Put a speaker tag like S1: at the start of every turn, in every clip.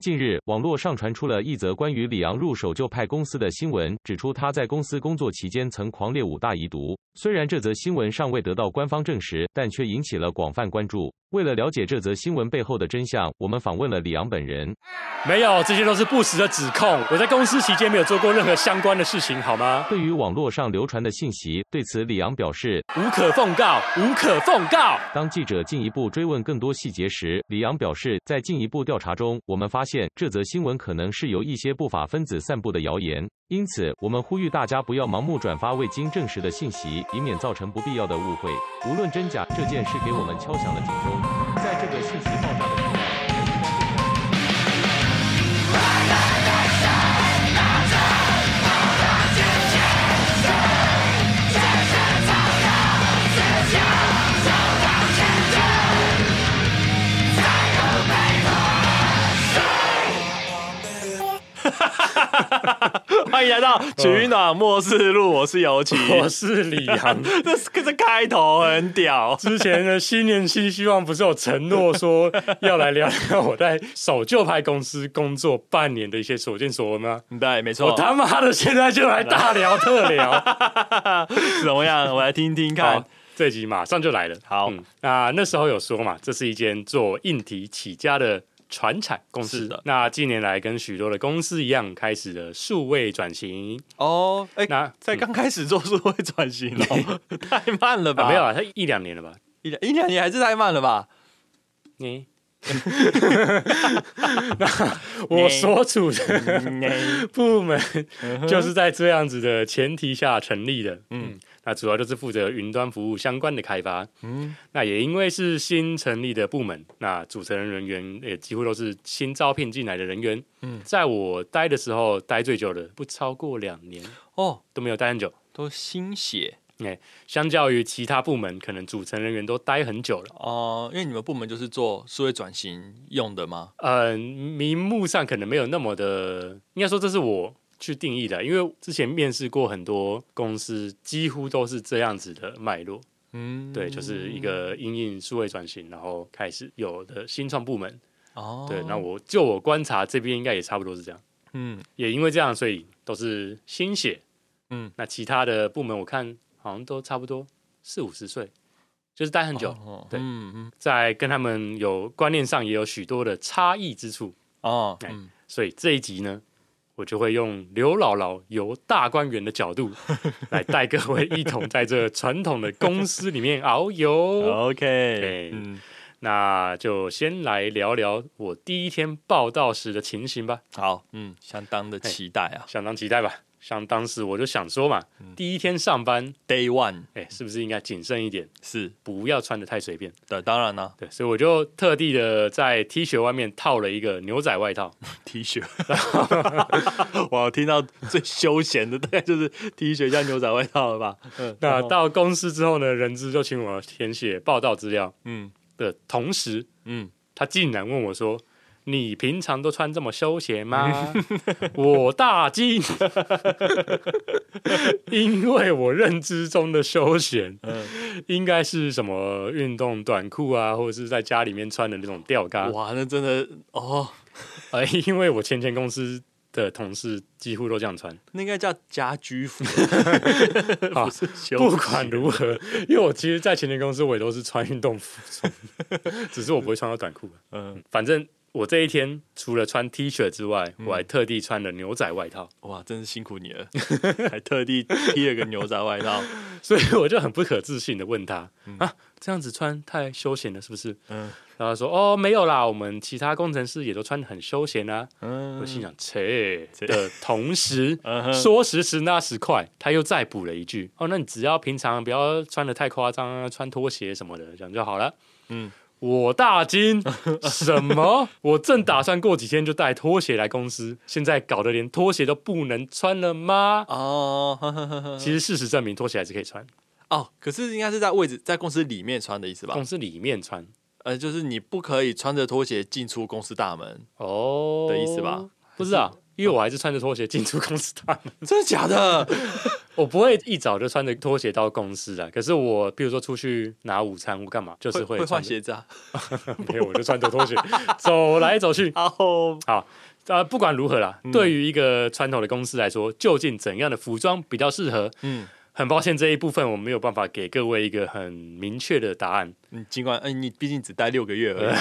S1: 近日，网络上传出了一则关于李昂入手旧派公司的新闻，指出他在公司工作期间曾狂猎五大遗毒。虽然这则新闻尚未得到官方证实，但却引起了广泛关注。为了了解这则新闻背后的真相，我们访问了李昂本人。
S2: 没有，这些都是不实的指控。我在公司期间没有做过任何相关的事情，好吗？
S1: 对于网络上流传的信息，对此李昂表示，
S2: 无可奉告，无可奉告。
S1: 当记者进一步追问更多细节时，李昂表示，在进一步调查中，我们发现这则新闻可能是由一些不法分子散布的谣言，因此我们呼吁大家不要盲目转发未经证实的信息，以免造成不必要的误会。无论真假，这件事给我们敲响了警钟。在这个信息爆炸的时代。
S3: 欢迎来到取暖末世录， 我是尤其。
S2: 我是李昂。
S3: 这是这开头很屌，
S2: 之前的新年新希望不是有承诺说要来聊聊我在守旧派公司工作半年的一些所见所闻吗？
S3: 对，没错
S2: 我。他妈的现在就来大聊特聊，
S3: 怎么样？我来听听看
S2: 好。，这集马上就来了。
S3: 好
S2: 那那时候有说嘛，这是一间做硬体起家的。传产公
S3: 是
S2: 司
S3: 的
S2: 那近年来跟许多的公司一样，开始了数位转型。
S3: 哦，哎
S2: 那
S3: 在刚开始做数位转型 哦，太慢了吧？
S2: 啊，没有啊，他一两年了吧？
S3: 一两，一两年还是太慢了吧？
S2: 你、 那我所处的
S3: 嗯哎
S2: 部门就是在这样子的前提下成立的。嗯，那主要就是负责云端服务相关的开发。嗯，那也因为是新成立的部门，那组成人员也几乎都是新招聘进来的人员。嗯，在我待的时候，待最久的不超过两年，
S3: 哦，
S2: 都没有待很久。
S3: 都新血
S2: 相较于其他部门，可能组成人员都待很久了。
S3: 哦，因为你们部门就是做数位转型用的吗？
S2: 呃，名目上可能没有那么的，应该说这是我去定义的，因为之前面试过很多公司，几乎都是这样子的脉络。
S3: 嗯，
S2: 对，就是一个因应数位转型，然后开始有的新创部门。
S3: 哦，
S2: 对，那我就我观察这边应该也差不多是这样，
S3: 嗯，
S2: 也因为这样，所以都是新血。
S3: 嗯，
S2: 那其他的部门我看好像都差不多四五十岁，就是待很久，
S3: 哦
S2: 对
S3: 嗯嗯
S2: 在跟他们有观念上也有许多的差异之处。
S3: 哦，
S2: 哎
S3: 嗯
S2: 所以这一集呢，我就会用刘姥姥由大观园的角度来带各位一同在这传统的公司里面遨游。
S3: ，OK，
S2: 对
S3: 嗯，
S2: 那就先来聊聊我第一天报道时的情形吧，
S3: 好，嗯，相当的期待啊
S2: 相当期待吧。像当时我就想说嘛，第一天上班，
S3: ，Day One
S2: 哎、是不是应该谨慎一点，
S3: 是
S2: 不要穿的太随便？
S3: 的，当然啊啦
S2: 对，所以我就特地的在 T 恤外面套了一个牛仔外套，
S3: ，T 恤， 我听到最休闲的大概就是 T 恤加牛仔外套了吧？嗯
S2: 那到公司之后呢，人资就请我填写报道资料
S3: 嗯
S2: 的同时，
S3: 嗯，
S2: 他竟然问我说：“你平常都穿这么休闲吗？” 我大惊，因为我认知中的休闲，
S3: 嗯
S2: 应该是什么运动短裤啊，或者是在家里面穿的那种吊嘎。
S3: 哇，那真的哦，
S2: 呃，因为我前前公司的同事几乎都这样穿。
S3: 那应该叫家居服，
S2: 好
S3: 不是休闲
S2: 不管如何，因为我其实，在前前公司我也都是穿运动服出门，只是我不会穿到短裤。啊
S3: 嗯，
S2: 反正我这一天除了穿 T 恤之外，我还特地穿了牛仔外套，
S3: 哇，真是辛苦你 了，还特地披了个牛仔外套，
S2: 所以我就很不可置信的问他、啊，这样子穿太休闲了是不是？
S3: 嗯
S2: 然后他说哦没有啦，我们其他工程师也都穿的很休闲啊。我
S3: 嗯
S2: 心想，切的同时
S3: 嗯哼，
S2: 说时迟那时快，他又再补了一句：“哦，那你只要平常不要穿的太夸张啊，穿拖鞋什么的，这样就好了。”
S3: 嗯
S2: 嗯，我大 惊，什么？我正打算过几天就带拖鞋来公司，现在搞得连拖鞋都不能穿了吗？
S3: 哦呵呵呵呵
S2: 其实事实证明，拖鞋还是可以穿，
S3: 哦，可是应该是在位置在公司里面穿的意思吧
S2: 公？司里面穿
S3: 呃，就是你不可以穿着拖鞋进出公司大门，
S2: 哦
S3: 的意思吧？
S2: 不知道，因为我还是穿着拖鞋进出公司大门。
S3: 真的假的？
S2: 我不会一早就穿着拖鞋到公司啊的，可是我比如说出去拿午餐或干嘛，就是
S3: 会
S2: 穿
S3: 换鞋子啊。
S2: 着，没 有我就穿着拖鞋走来走 去。
S3: 然后
S2: 好，呃，不管如何啦，
S3: 嗯
S2: 对于一个传统的公司来说，究竟怎样的服装比较适合？
S3: 嗯
S2: 很抱歉这一部分我没有办法给各位一个很明确的答案，
S3: 嗯，尽管嗯、你毕竟只待六个月而已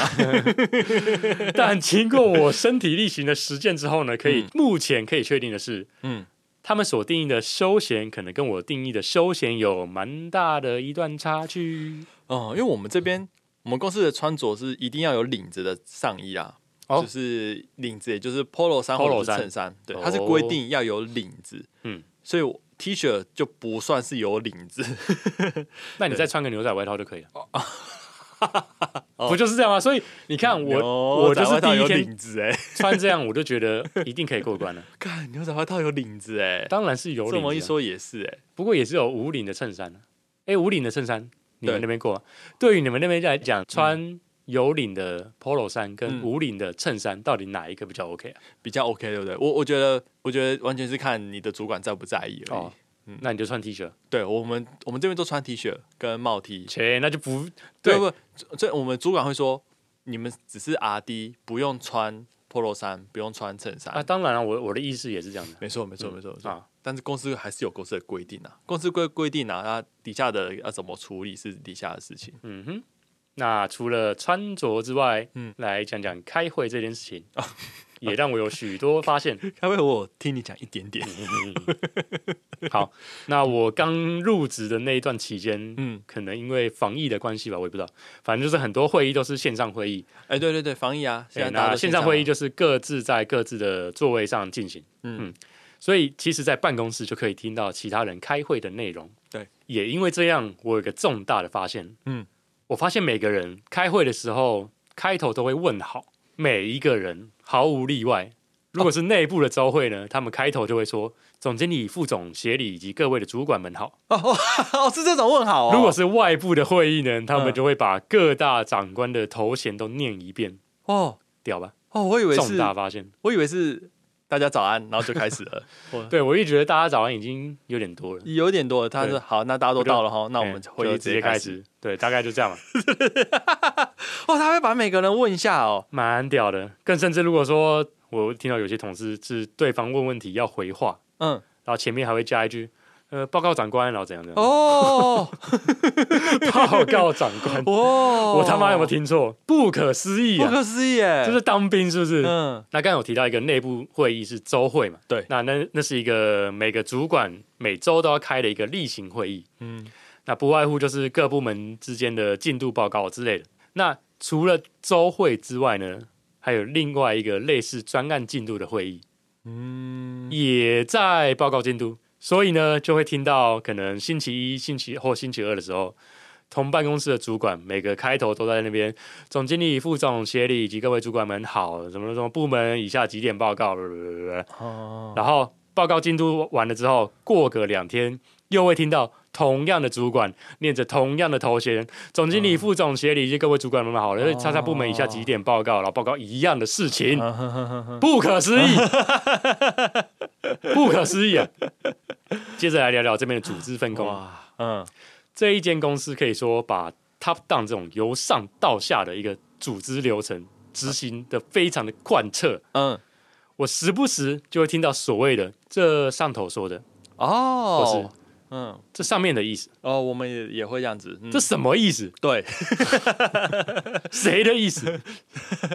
S3: 啊、
S2: 但经过我身体力行的实践之后呢，可以、
S3: 嗯
S2: 目前可以确定的是，
S3: 嗯，
S2: 他们所定义的休闲可能跟我定义的休闲有蛮大的一段差距。
S3: 哦，因为我们这边我们公司的穿着是一定要有领子的上衣啊，
S2: 哦
S3: 就是领子，也就是 polo 衫
S2: polo
S3: 或者
S2: 衫
S3: 是衬衫，对
S2: 哦，
S3: 它是规定要有领子，
S2: 嗯
S3: 嗯，所以我 T 恤就不算是有领子，
S2: 那你再穿个牛仔外套就可以了。
S3: 哦
S2: 不就是这样吗？所以你看我， 我就
S3: 牛
S2: 是
S3: 仔外
S2: 第
S3: 套
S2: 一
S3: 有
S2: 天
S3: 领子 哎、
S2: 穿这样，我就觉得一定可以过关 了。
S3: 看牛仔外套有领子哎、
S2: 当然是有
S3: 这
S2: 领
S3: 么
S2: 子
S3: 一
S2: 啊，
S3: 说也是哎、
S2: 不过也是有无领的衬衫啊。哎，无领的衬衫，你们
S3: 对
S2: 那边过吗？对于你们那边来讲，穿有领的 polo 衫跟
S3: 嗯
S2: 无领的衬衫，到底哪一个比较 OK 啊？
S3: 比较 OK 对不对？我我觉得我觉得完全是看你的主管在不在意而已。
S2: 哦，
S3: 嗯
S2: 那你就穿 T 恤。
S3: 对我们我们这边都穿 T 恤跟帽 T，
S2: 切，那就不对
S3: 对不？所以我们主管会说，你们只是 R D，不用穿 polo 衫，不用穿衬衫。
S2: 啊！当然了，我我的意思也是这样的。
S3: 没错，没错，没错，没错。
S2: 啊
S3: 但是公司还是有公司的规定啊，公司规规定啊，那底下的要怎么处理是底下的事情。
S2: 嗯哼，那除了穿着之外，嗯
S3: 嗯，哦
S2: 来讲讲开会这件事情，也让我有许多发现。
S3: 开会我听你讲一点 点，
S2: 好，那我刚入职的那一段期间，
S3: 嗯，
S2: 可能因为防疫的关系吧，我也不知道，反正就是很多会议都是线上会议。
S3: 哎，对对对，防疫啊，现
S2: 对，
S3: 在大家
S2: 哎那
S3: 都
S2: 线上会议
S3: 就
S2: 就是各自在各自的座位上进行。
S3: 嗯
S2: 所以其实，在办公室就可以听到其他人开会的内容。
S3: 对，
S2: 也因为这样，我有个重大的发现。
S3: 嗯，
S2: 我发现每个人开会的时候，开头都会问好，每一个人毫无例外。如果是内部的招会
S3: 哦
S2: 呢，他们开头就会说：“总经理、副总、协理以及各位的主管们好。
S3: 哦是这种问好、哦，
S2: 如果是外部的会议呢，他们
S3: 嗯
S2: 就会把各大长官的头衔都念一遍，
S3: 哦
S2: 屌吧？
S3: 哦，我以为
S2: 重
S3: 是
S2: 大发现。
S3: 我以为是大家早安，然后就开始 了，
S2: 对，我也觉得大家早上已经有点多了，
S3: 有点多了。他
S2: 对
S3: 说好，那大家都到了哈， 那我们
S2: 哎
S3: 会
S2: 就
S3: 议
S2: 直接
S3: 开
S2: 开。始。对，大概就这样嘛，
S3: 哦，他会把每个人问一下哦，
S2: 蛮屌的。更甚至，如果说我听到有些同事是对方问问题要回话，
S3: 嗯，
S2: 然后前面还会加一句“呃，报告长官”，然后怎样怎样，
S3: 哦
S2: 报告长 官，
S3: 哦，
S2: 我他妈有没有听错？不可思议
S3: 不
S2: 啊！
S3: 可思议耶？
S2: 这是当兵是不是？
S3: 嗯，
S2: 那刚才有提到一个内部会议是周会嘛？
S3: 对
S2: 那那那是一个每个主管每周都要开的一个例行会议。
S3: 嗯，
S2: 那不外乎就是各部门之间的进度报告之类的。那除了周会之外呢，还有另外一个类似专案进度的会议，嗯，也在报告进度。所以呢，就会听到可能星期一、星期或星期二的时候，同办公室的主管每个开头都在那边，总经理、副总、协理以及各位主管们好，什么什么部门以下几点报告，
S3: 哦，
S2: 然后报告进度完了之后，过个两天又会听到同样的主管念着同样的头衔，总经理、副总、协理以及各位主管们好了，叉叉部门以下几点报告，然后报告一样的事情，不可思议，不可思议 啊！接着来聊聊这边的组织分工。
S3: 哇，嗯，
S2: 这一间公司可以说把 top down 这种由上到下的一个组织流程执行的非常的贯彻。
S3: 嗯，
S2: 我时不时就会听到所谓的这上头说的，或
S3: 哦
S2: 是，
S3: 嗯，
S2: 这上面的意思，
S3: 哦，我们也也会这样子，嗯
S2: 这什么意 思？
S3: 对，
S2: 谁的意思？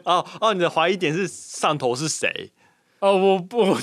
S3: 哦哦，你的怀疑点是上头是谁？
S2: 哦，我不，我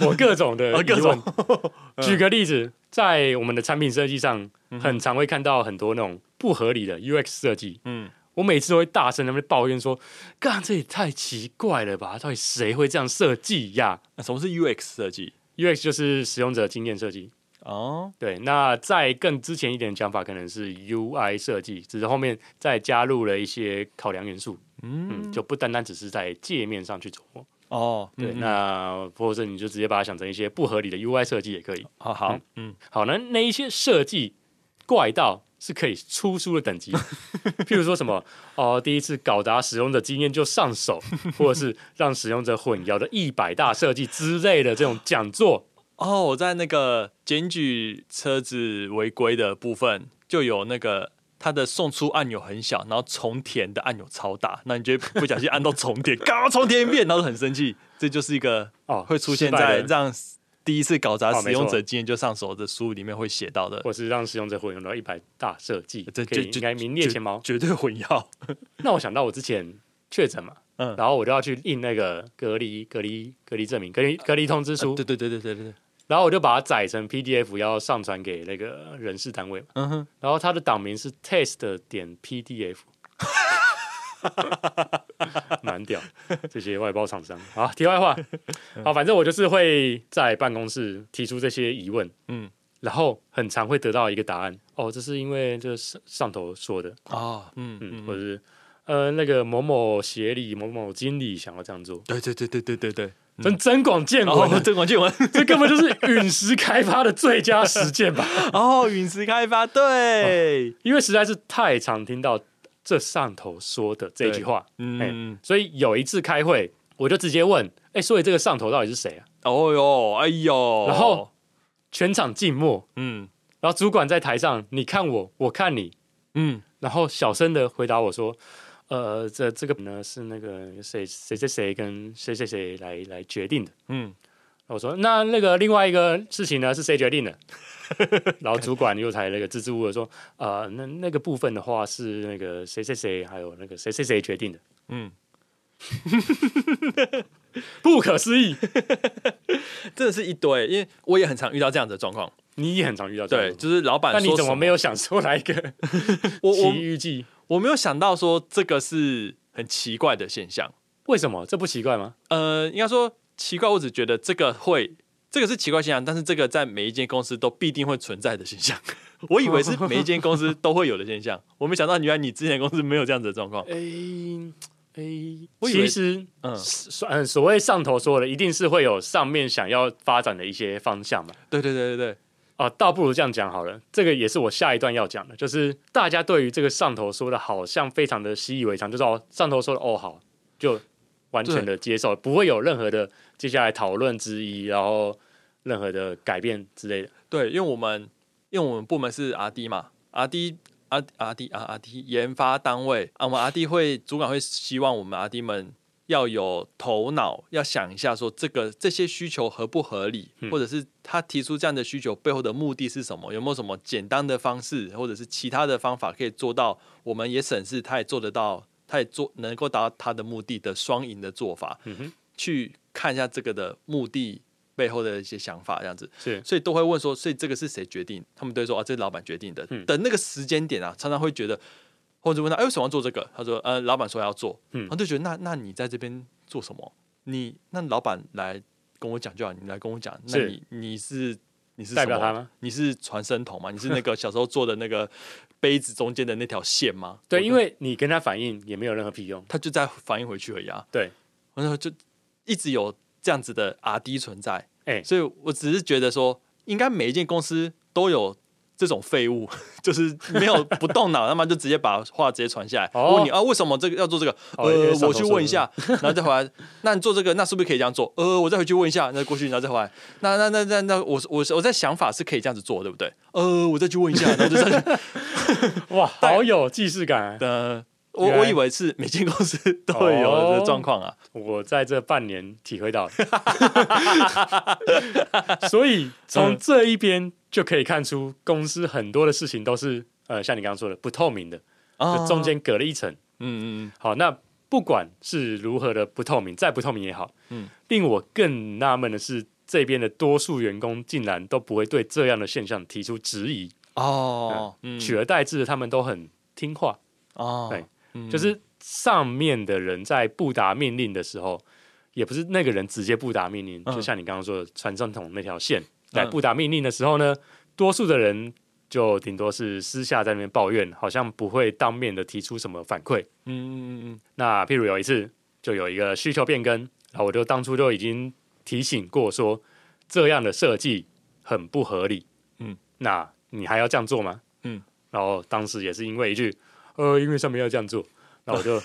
S2: 我各种的
S3: 哦
S2: 疑
S3: 各
S2: 问
S3: 种。 嗯
S2: 举个例子，在我们的产品设计上，很常会看到很多那种不合理的 UX 设计。
S3: 嗯，
S2: 我每次都会大声地那边抱怨说：“干，这也太奇怪了吧！到底谁会这样设计呀
S3: 那啊什么是 UX 设计？
S2: ？”UX 就是使用者经验设计。
S3: 哦，
S2: 对，那在更之前一点的讲法，可能是 UI 设计，只是后面再加入了一些考量元素，嗯，就不单单只是在界面上去琢磨。
S3: 哦，
S2: 对，
S3: 嗯
S2: 那或者是你就直接把它想成一些不合理的 UI 设计也可以。
S3: 好好，嗯，
S2: 好，那那一些设计怪到是可以出书的等级，譬如说什么哦、第一次搞砸使用者经验就上手，或者是让使用者混淆的一百大设计之类的这种讲座，
S3: 哦，我在那个检举车子违规的部分，就有那个它的送出按钮很小，然后重填的按钮超大，那你就会不小心按到重填， 刚重填一遍，然后很生气，这就是一个
S2: 哦
S3: 会出现
S2: 失败
S3: 在
S2: 的
S3: 让第一次搞砸
S2: 哦
S3: 使用
S2: 没错
S3: 者经验就上手的书里面会写到的，
S2: 或是让使用者混淆到一百大设计，
S3: 这
S2: 可以
S3: 这
S2: 应该名列前茅。
S3: 绝对混 淆。
S2: 那我想到我之前确诊嘛，
S3: 嗯
S2: 然后我就要去印那个隔离隔离隔离证明、隔离隔离通知书，
S3: 啊对对对对对对，
S2: 然后我就把它载成 PDF 要上传给那个人事单位嘛，
S3: 嗯哼，
S2: 然后它的档名是 test 点 PDF。蛮屌，这些外包厂商。好，题外话，
S3: 嗯
S2: 好，反正我就是会在办公室提出这些疑问，
S3: 嗯，
S2: 然后很常会得到一个答案，哦，这是因为这上上头说的，
S3: 哦，嗯
S2: 嗯，
S3: 嗯，
S2: 或者是呃那个某某协理、某某经理想要这样做，
S3: 对对对对对对对，
S2: 真增广 见闻啊，
S3: 然后郑广俊文，
S2: 这根本就是陨石开发的最佳实践吧？
S3: 哦，陨石开发，对，
S2: 因为实在是太常听到这上头说的这句话，
S3: 嗯，
S2: 所以有一次开会，我就直接问：“哎，所以这个上头到底是谁啊
S3: 哦哟，哎呦，
S2: 然后，？”全场静默，
S3: 嗯
S2: 然后主管在台上，你看我，我看你，
S3: 嗯，
S2: 然后小声的回答我说：“呃，这这个呢是那个谁谁谁谁跟谁谁谁来来决定的。”
S3: 嗯，
S2: 我说：“那那个另外一个事情呢，是谁决定的？”然后主管又才那个支支吾吾地说：“呃，那那个部分的话是那个谁谁谁，还有那个谁谁谁决定的。”
S3: 嗯，
S2: 不可思议，
S3: 真的是一堆，因为我也很常遇到这样子的状况，
S2: 你也很常遇到这
S3: 对，
S2: 样，，
S3: 就是老板
S2: 那
S3: 说
S2: 你怎
S3: 什
S2: 么没有想出来一个
S3: 我我
S2: 奇遇记？
S3: 我没有想到说这个是很奇怪的现象，
S2: 为什么这不奇怪吗？
S3: 呃，应该说奇怪，我只觉得这个会。这个是奇怪现象，但是这个在每一间公司都必定会存在的现象。 我以为是每一间公司都会有的现象，我没想到原来你之前的公司没有这样子的状况。
S2: 诶诶，
S3: 哎我以
S2: 其
S3: 为
S2: 实
S3: 嗯，
S2: 所嗯所谓上头说的，一定是会有上面想要发展的一些方向嘛。
S3: 对对对对对，
S2: 啊，倒不如这样讲好了，这个也是我下一段要讲的，就是大家对于这个上头说的，好像非常的习以为常，就是哦，上头说的哦好，就完全的接受，不会有任何的接下来讨论之一，然后任何的改变之类的。
S3: 对，因为我们因为我们部门是 R D 嘛，R D 啊 R R D R R D 研发单位啊，我们 R D 会主管会希望我们 R D 们要有头脑，要想一下说这个这些需求合不合理，
S2: 嗯
S3: 或者是他提出这样的需求背后的目的是什么，有没有什么简单的方式或者是其他的方法可以做到，我们也审视，他也做得到，他也做能够达到他的目的的双赢的做法，
S2: 嗯哼，
S3: 去看一下这个的目的背后的一些想法，这样子。
S2: 是
S3: 所以都会问说，所以这个是谁决定？他们都会说啊，这是老板决定的。
S2: 嗯
S3: 等那个时间点啊，常常会觉得，或者问他，哎，为什么要做这个？他说，呃，老板说要做。
S2: 嗯
S3: 然后就觉得，那那你在这边做什么？你那老板来跟我讲就好，你来跟我讲，那
S2: 是
S3: 你你是你是
S2: 代表
S3: 什么
S2: 他吗？
S3: 你是传声筒吗？你是那个小时候做的那个杯子中间的那条线吗？
S2: 对，
S3: 我
S2: 因为你跟他反应也没有任何屁用。
S3: 他就在反应回去而已啊。
S2: 对，
S3: 然后就一直有这样子的 R D 存在，
S2: 哎
S3: 所以我只是觉得说，应该每一间公司都有这种废物，就是没有不动脑，他妈就直接把话直接传下来。
S2: 哦
S3: 问你啊，为什么这个要做这个？
S2: 哦因为上
S3: 呃，
S2: 头
S3: 我去问一下，然后再回来。那你做这个，那是不是可以这样做？呃，我再回去问一下，那过去，然后再回来。那那那那那，我我我在想法是可以这样子做，对不对？呃，我再去问一下，然后就再去。
S2: 哇，好有既视感啊、
S3: 呃，我
S2: 原来
S3: 我以为是每间公司都会有的状况啊。
S2: 我在这半年体会到了 所以从这一边就可以看出，公司很多的事情都是呃，像你刚刚说的不透明的，就
S3: 啊
S2: 中，间隔了一层。
S3: 嗯嗯嗯，
S2: 好，那不管是如何的不透明，再不透明也好，
S3: 嗯，
S2: 令我更纳闷的是，这边的多数员工竟然都不会对这样的现象提出质疑，
S3: 哦，嗯
S2: 取而代之的他们都很听话，
S3: 哦，
S2: 对
S3: 嗯
S2: 就是上面的人在不达命令的时候，也不是那个人直接不达命令，
S3: 嗯
S2: 就像你刚刚说的传声筒那条线，在
S3: 嗯
S2: 不达命令的时候呢，多数的人就顶多是私下在那边抱怨，好像不会当面的提出什么反馈。
S3: 嗯嗯嗯
S2: 那譬如有一次，就有一个需求变更，然后我就当初就已经提醒过说，这样的设计很不合理。
S3: 嗯，
S2: 那你还要这样做吗？
S3: 嗯，
S2: 然后当时也是因为一句，呃，因为上面要这样做，那我就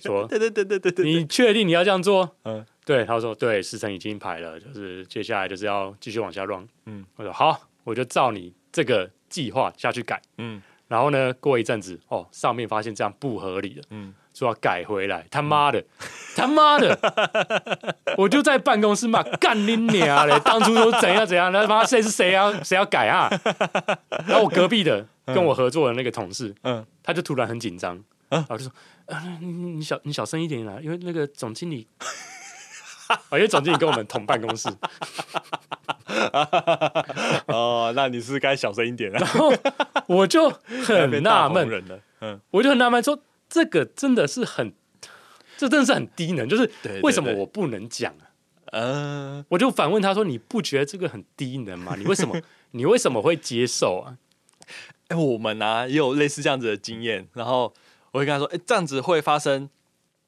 S2: 说
S3: 嗯，，对对对对对对，
S2: 你确定你要这样做？
S3: 嗯
S2: 对，他说对，时程已经排了，就是接下来就是要继续往下 run。
S3: 嗯
S2: 嗯，我说好，我就照你这个计划下去改。
S3: 嗯
S2: 然后呢，过一阵子，哦，上面发现这样不合理了，
S3: 嗯
S2: 说要改回来。他妈的， 他妈的，我就在办公室骂干你娘嘞！当初都怎样怎样，他妈谁是谁啊？谁要改啊？然后我隔壁的跟我合作的那个同事，
S3: 嗯
S2: 他就突然很紧张，然后就说：“啊，你你小你小声一点啦，因为那个总经理， 啊，因为总经理跟我们同办公室，
S3: 哦，那你是该小声一点了，
S2: 我就
S3: 被
S2: 很
S3: 大
S2: 纳
S3: 红
S2: 闷，
S3: 人了。嗯，
S2: 我就很纳闷说，这个真的是很，这真的是很低能，就是
S3: 对对
S2: 为什么
S3: 对
S2: 我不能讲啊？
S3: 呃，
S2: 我就反问他说：你不觉得这个很低能吗？你为什么你为什么会接受啊？
S3: 哎、我们啊也有类似这样子的经验，然后我会跟他说，哎、这样子会发生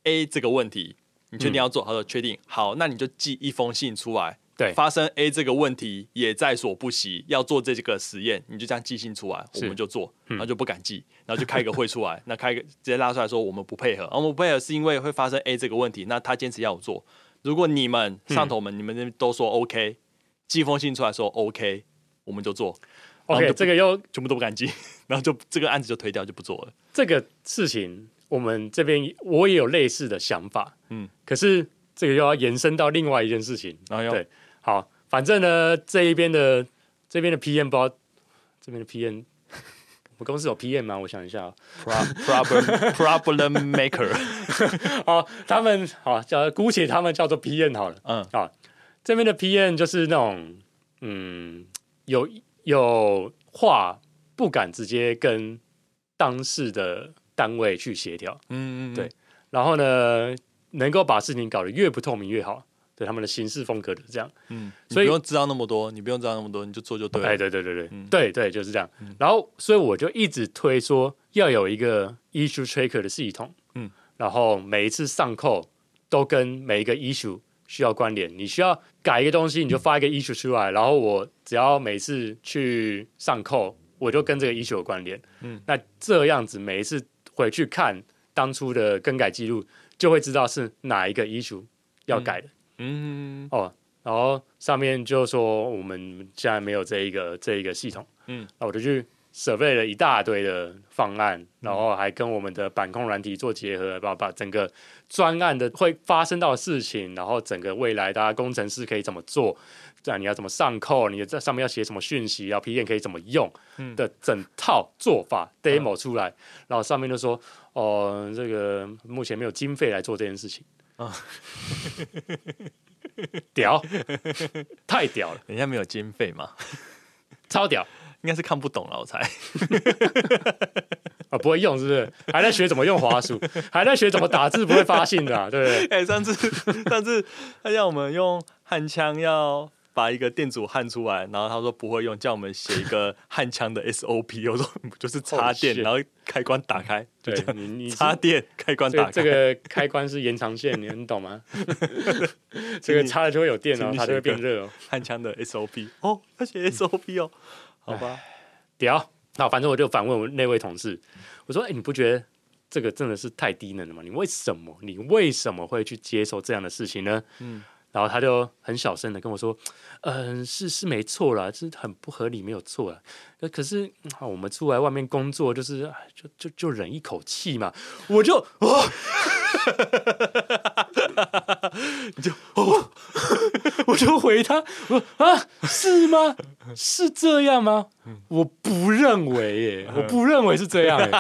S3: A 这个问题，你
S2: 嗯
S3: 确定要做？他说确定，好，那你就寄一封信出来。
S2: 对
S3: 发生 A 这个问题也在所不惜，要做这个实验，你就这样寄信出来，我
S2: 是嗯
S3: 们就做，然后就不敢寄，然后就开一个会出来，那开一个直接拉出来说我们不配合，啊我们不配合是因为会发生 A 这个问题，那他坚持要我做，如果你们
S2: 嗯
S3: 上头们、你们那边都说 OK，寄一封信出来说 OK，我们就做，然后就
S2: OK，
S3: 不
S2: 这个又
S3: 全部都不敢进， 然后就这个案子就推掉，就不做了。
S2: 这个事情，我们这边我也有类似的想法，
S3: 嗯
S2: 嗯，可是这个又要延伸到另外一件事情，
S3: 然后又
S2: 对，好，反正呢这一边的这边的 PM 包，这边的 PM，我们公司有 PM 吗？我想一下哦，
S3: Pro- problem problem maker，
S2: 好， 他们好叫姑且他们叫做 PM 好了，
S3: 嗯
S2: 啊，这边的 PM 就是那种嗯有有话不敢直接跟当事的单位去协调，
S3: 嗯，
S2: 对然后呢，能够把事情搞得越不透明越好，对他们的行事风格就是这样。
S3: 嗯，所
S2: 所
S3: 以
S2: 以
S3: 不用知道那么多，你不用知道那么多，你就做就对
S2: 哎，
S3: 了。
S2: 对对对对，
S3: 嗯
S2: 对对就是这样。然后，所以我就一直推说要有一个 issue tracker 的系统，
S3: 嗯
S2: 嗯，然后每一次上扣都跟每一个 issue 需要关联，你需要改一个东西，你就发一个 issue 出来，然后我只要每次去上扣，我就跟这个 issue 有关联，
S3: 嗯
S2: 嗯，那这样子每一次回去看当初的更改记录，就会知道是哪一个 issue 要改的。
S3: 嗯
S2: 哦，然后上面就说我们现在没有这一个这一个系统，
S3: 嗯
S2: 嗯，那我就去 survey 了一大堆的方案，然后还跟我们的板控软体做结合，把把整个专案的会发生到的事情，然后整个未来大家工程师可以怎么做，这样你要怎么上扣，你在上面要写什么讯息，然后 PM 可以怎么用
S3: 嗯
S2: 的整套做法 demo 出来，然后上面就说哦、这个目前没有经费来做这件事情
S3: 啊
S2: 啊。屌，太屌了，
S3: 人家没有经费嘛，
S2: 超屌
S3: 应该是看不懂了，我猜。
S2: 啊！不会用是不是？还在学怎么用滑鼠， 还在学怎么打字不会发信的、啊，对不对？
S3: 哎，上次 上次他叫我们用焊枪要。把一个店主焊出来，然后他说不会用，叫我们写一个 焊枪的 SOP。我说 嗯就是插
S2: Oh,
S3: 电
S2: shit
S3: 然后开关打开，就这
S2: 对
S3: 样
S2: 你你
S3: 插电开关
S2: 这
S3: 打
S2: 个
S3: 开。
S2: 这个开关是延长线，你你懂 吗？这个插了就会有电
S3: 请
S2: 哦
S3: 你，
S2: 它就会
S3: 写一
S2: 变
S3: 个
S2: 热哦。
S3: 焊枪的 SOP 哦，要写 SOP 哦，好吧，
S2: 屌，那反正我就反问我那位同事，我说：“哎、你不觉得这个真的是太低能了吗？你为什么你为什么会去接受这样的事情呢？”
S3: 嗯
S2: 嗯。然后他就很小声的跟我说：“嗯、是是没错啦，是很不合理，没有错啦。可可是、嗯啊我们出来外面工作，就是哎就就就忍一口气嘛。”我就哦， 哦 我就回他：“我说啊，是吗？是这样吗？我不认为
S3: 嗯
S2: 耶，我不认为是这样 耶。”